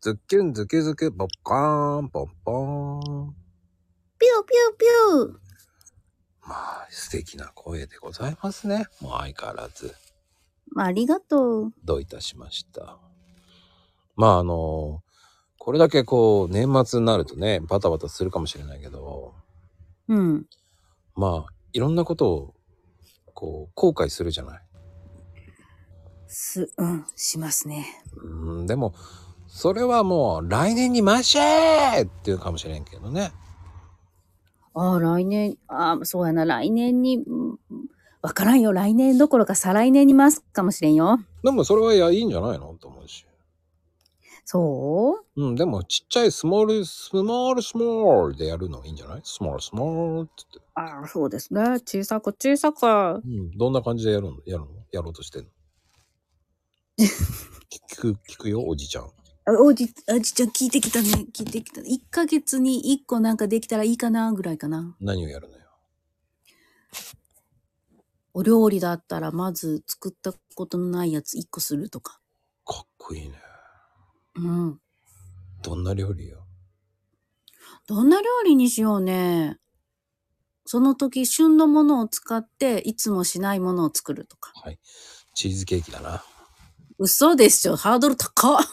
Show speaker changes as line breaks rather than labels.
ズッキュンズキズキ、ポッカーン、ポンポーン。
ピューピューピュー。
まあ、素敵な声でございますね。もう相変わらず、
まあ、ありがとう。
どういたしました。まあ、あの、これだけこう、年末になるとね、バタバタするかもしれないけど、
うん。
まあ、いろんなことを、こう、後悔するじゃない。
す、うん、しますね。
うん、でも、それはもう、来年にましーっていうかもしれんけどね。
ああ、来年、ああ、そうやな、来年に、うんわからんよ、来年どころか再来年にますかもしれんよ。
でも、それはいや、いいんじゃないのと思うし。
そう
うん、でも、ちっちゃいスモール、スモール、スモールでやるのいいんじゃないスモール、スモールって言って。
ああ、そうですね。小さく小さく。
うん、どんな感じでやるのやるのやろうとして んの聞く、聞くよ、おじちゃん。
あおじ、おじちゃん聞いてきたね。聞いてきた。1ヶ月に1個なんかできたらいいかな、ぐらいかな。
何をやるのよ。
お料理だったら、まず作ったことのないやつ1個するとか。
かっこいいね。
うん。
どんな料理よ。
どんな料理にしようね。その時、旬のものを使って、いつもしないものを作るとか。
チーズケーキだな。
嘘でしょハードル高っ